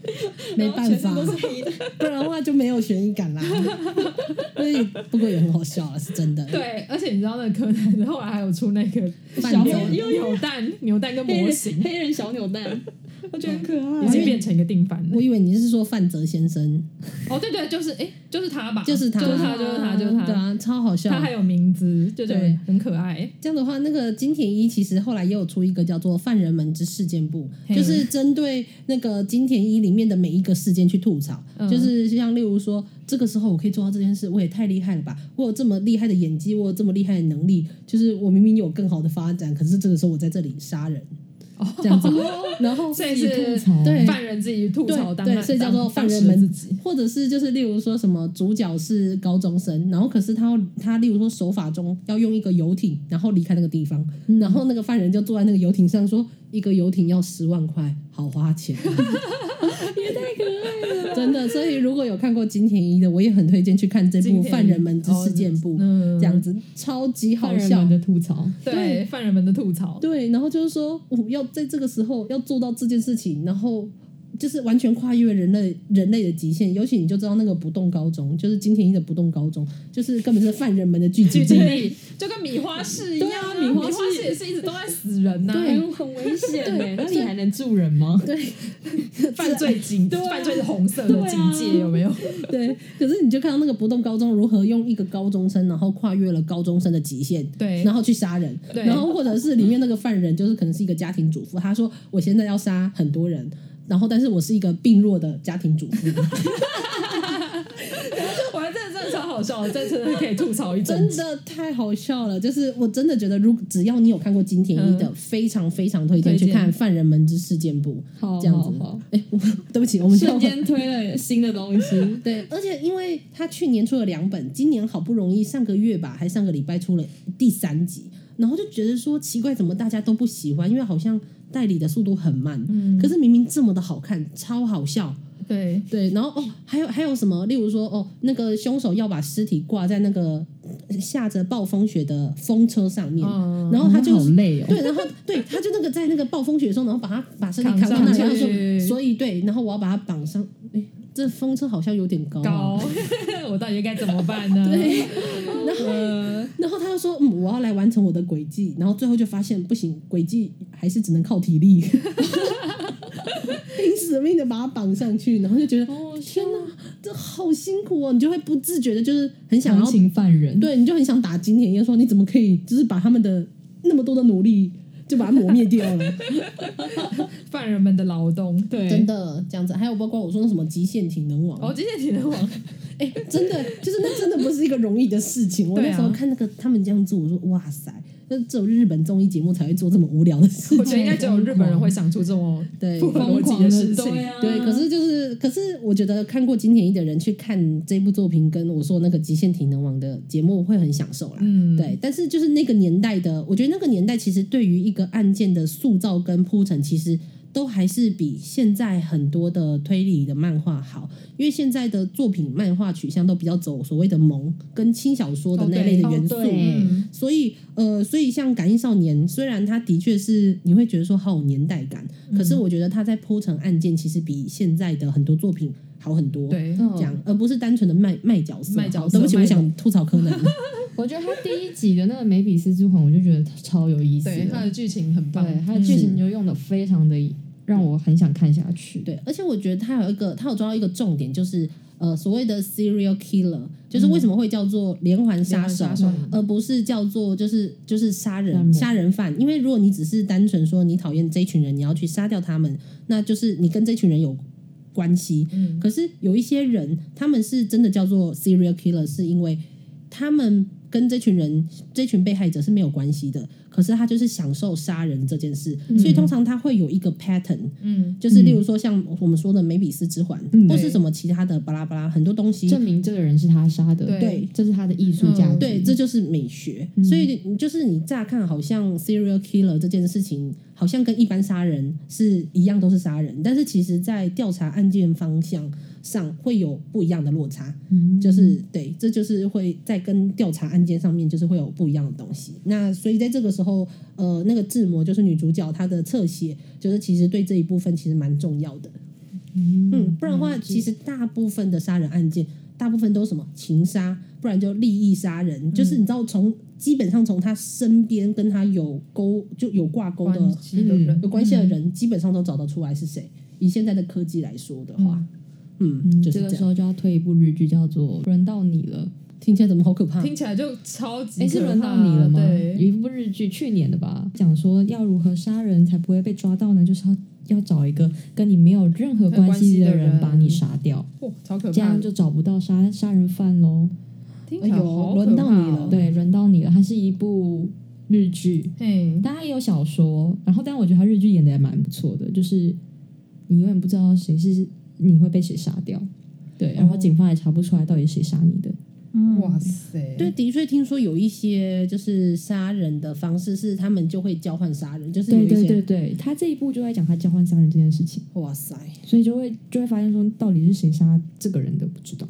没 然后办全身法，都是黑的。不然的话就没有悬疑感啦。所以不过也很好笑啊了，是真的。对，而且你知道那个柯南后来还有出那个犯小罪黑又有蛋扭蛋跟黑模型 人，黑人小扭蛋，我觉得很可已爱。经变成一个定番了我。以为你是说范泽先生，哦，对对，就是哎，就是他吧，就是他 就是他，就是他，就是对他。啊，超好笑他。还有名字，就觉得对很可爱。这样的话，那个金田一其实后来也有出一个叫做《犯人们之事件簿》，嘿就是针对那个金田一里面的每一个事件去吐槽，嗯就是像例如说，这个时候我可以做到这件事，我也太厉害了吧！我有这么厉害的演技，我有这么厉害的能力，就是我明明有更好的发展，可是这个时候我在这里杀人，这样子，然后哦所以自己是吐槽对犯人自己吐槽对当对当所以叫做当犯人当时的们自己。或者是就是例如说什么主角是高中生，然后可是他要他例如说手法中要用一个游艇，然后离开那个地方，然后那个犯人就坐在那个游艇上说，一个游艇要十万块，好花钱，也太可爱了，真的。所以如果有看过金田一的，我也很推荐去看这部金《田一犯人们之事件簿》嗯这样子超级犯好人笑们。的吐槽，对犯人们的吐槽，对，然后就是说，我要在这个时候要做到这件事情，然后就是完全跨越人类人类的极限。尤其你就知道那个不动高中，就是金田一的不动高中，就是根本是犯人们的聚集 聚地集。地就跟米花市一样啊，对啊米花市市也是一直都在死人呐，对，很危险对欸那你还能住人吗？对犯罪警对啊犯罪是红色的对啊警戒有没有？对，可是你就看到那个不动高中如何用一个高中生，然后跨越了高中生的极限，对然后去杀人，对然后或者是里面那个犯人就是可能是一个家庭主妇，他说我现在要杀很多人，然后但是我是一个病弱的家庭主妇，我还真的真的超好笑的，这真的可以吐槽一阵真子。的太好笑了！就是我真的觉得，如只要你有看过金田一的，非常非常推荐嗯推去荐看《犯人们之事件簿好》这样子好好。哎、我对不起，我们瞬就，间推了新的东西对，而且因为他去年出了两本，今年好不容易上个月吧，还上个礼拜出了第三集，然后就觉得说奇怪，怎么大家都不喜欢？因为好像代理的速度很慢，嗯可是明明这么的好看，超好笑，对，对，然后哦，还有还有什么？例如说，哦，那个凶手要把尸体挂在那个下着暴风雪的风车上面，嗯然后他就好累哦。对，然后对，他就那个在那个暴风雪中，然后把他把身体扛扛到上那里，然后去说，所以对，然后我要把他绑上。哎，这风车好像有点高、啊，高， 我到底该怎么办呢？对，然后、然后他就说，嗯，我要来完成我的轨迹，然后最后就发现不行，轨迹还是只能靠体 力，拼死命的把他绑上去，然后就觉得哦，天哪，这好辛苦哦！你就会不自觉的，就是很想强要，行犯人，对，你就很想打金田一，说你怎么可以，就是把他们的那么多的努力就把它磨灭掉了，犯人们的劳动，对真的这样子。还有包括我说那什么极限体能网，哦，今天体能网，哎、真的就是那真的不是一个容易的事情。我对啊那时候看那个他们这样做，我说哇塞，那只有日本综艺节目才会做这么无聊的事 我觉情。得应该只有日本人会想出这么对不合逻辑的事疯狂的对情啊。对，可是就是，可是我觉得看过金田一的人去看这部作品，跟我说那个《极限体能网》的节目会很享受啦。嗯，对，但是就是那个年代的，我觉得那个年代其实对于一个案件的塑造跟铺陈，其实都还是比现在很多的推理的漫画好，因为现在的作品漫画取向都比较走所谓的萌跟轻小说的哦那对类的哦元素。对嗯，所以，呃，所以像《感应少年》，虽然它的确是你会觉得说好有年代感，可是我觉得它在铺陈案件，其实比现在的很多作品好很多。，对，嗯这样，而不是单纯的卖卖角色。卖角好色对不起，卖我想吐槽柯南。我觉得他第一集的那个梅比斯之魂，我就觉得超有意思对，他的，的剧情很棒，啊嗯对，他嗯的剧情就用的非常的让我很想看下去。对，而且我觉得他有一个，他有抓到一个重点，就是呃，所谓的 serial killer，就是为什么会叫做连环杀手，杀手，而不是叫做就是就是杀杀人人杀人犯？因为如果你只是单纯说你讨厌这一群人，你要去杀掉他们，那就是你跟这群人有关系。嗯，可是有一些人，他们是真的叫做 serial killer，是因为他们跟这群人、这群被害者是没有关系的。可是他就是享受杀人这件事，所以通常他会有一个 pattern，嗯，就是例如说像我们说的梅比斯之环，嗯或是什么其他的巴拉巴拉很多东西，证明这个人是他杀的，对对这是他的艺术价值。嗯对，这就是美学。嗯所以你就是你乍看好像 serial killer 这件事情，好像跟一般杀人是一样，都是杀人，但是其实在调查案件方向上会有不一样的落差，就是对，这就是会在跟调查案件上面就是会有不一样的东西。那所以在这个时候，呃，那个志摩就是女主角她的侧写，就是其实对这一部分其实蛮重要的。嗯，不然的话，其实大部分的杀人案件，大部分都是什么情杀，不然就利益杀人，就是你知道从基本上从他身边跟他有勾就有挂钩的嗯关系的人有关系的人，基本上都找得出来是谁。以现在的科技来说的话，嗯，就是这个这时样。候就要推一部日剧，叫做《轮到你了》。听起来怎么好可怕？听起来就超嗯级哎，是可轮怕到你了吗？有啊对，一部日剧，去年的吧，讲说要如何杀人才不会被抓到呢？就是要要找一个跟你没有任何关系的没有关系的人把你杀掉，哇，超可这怕样！就找不到杀杀人犯喽。听起来好可怕哦哎呦轮到你了，对，轮到你了，它是一部日剧，嘿，当然也有小说，然后但我觉得它日剧演的也蛮不错的，就是你永远不知道谁是你会被谁杀掉，哦对，然后警方也查不出来到底谁杀你的。嗯哇塞，嗯对，的确听说有一些就是杀人的方式是他们就会交换杀人，就是有对一些对对对，他这一部就在讲他交换杀人这件事情。哇塞，所以就会就会发现说，到底是谁杀这个人的不知道。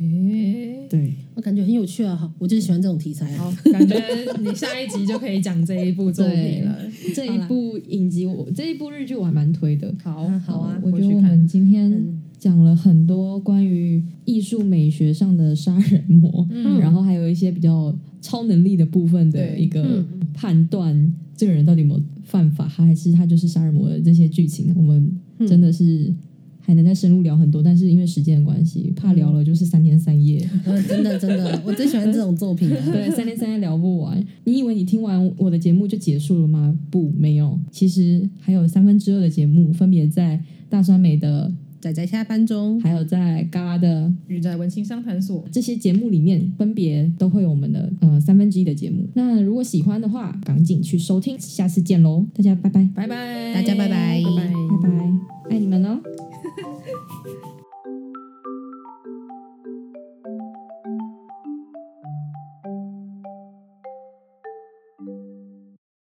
哎，对，我感觉很有趣啊！好我就是喜欢这种题材 啊。好，感觉你下一集就可以讲这一部作 品了。这好一啦部影集我这一部日剧我还蛮推的。好嗯好啊我觉回得去我看。们今天嗯讲了很多关于艺术美学上的杀人魔，嗯然后还有一些比较超能力的部分的对一个嗯判断，这个人到底有没有犯法，还是他就是杀人魔的这些剧情，我们嗯真的是。还能再深入聊很多，但是因为时间的关系，怕聊了就是三天三夜。嗯，真的真的，我最喜欢这种作品了。对，三天三夜聊不完。你以为你听完我的节目就结束了吗？不，没有，其实还有三分之二的节目，分别在大酸梅的，仔仔下班中，还有在嘎啦的与在文青商谈所，这些节目里面，分别都会有我们的呃三分之一的节目。那如果喜欢的话，赶紧去收听，下次见喽，大家拜拜，拜拜，大家拜拜拜拜。拜拜，爱你们哦。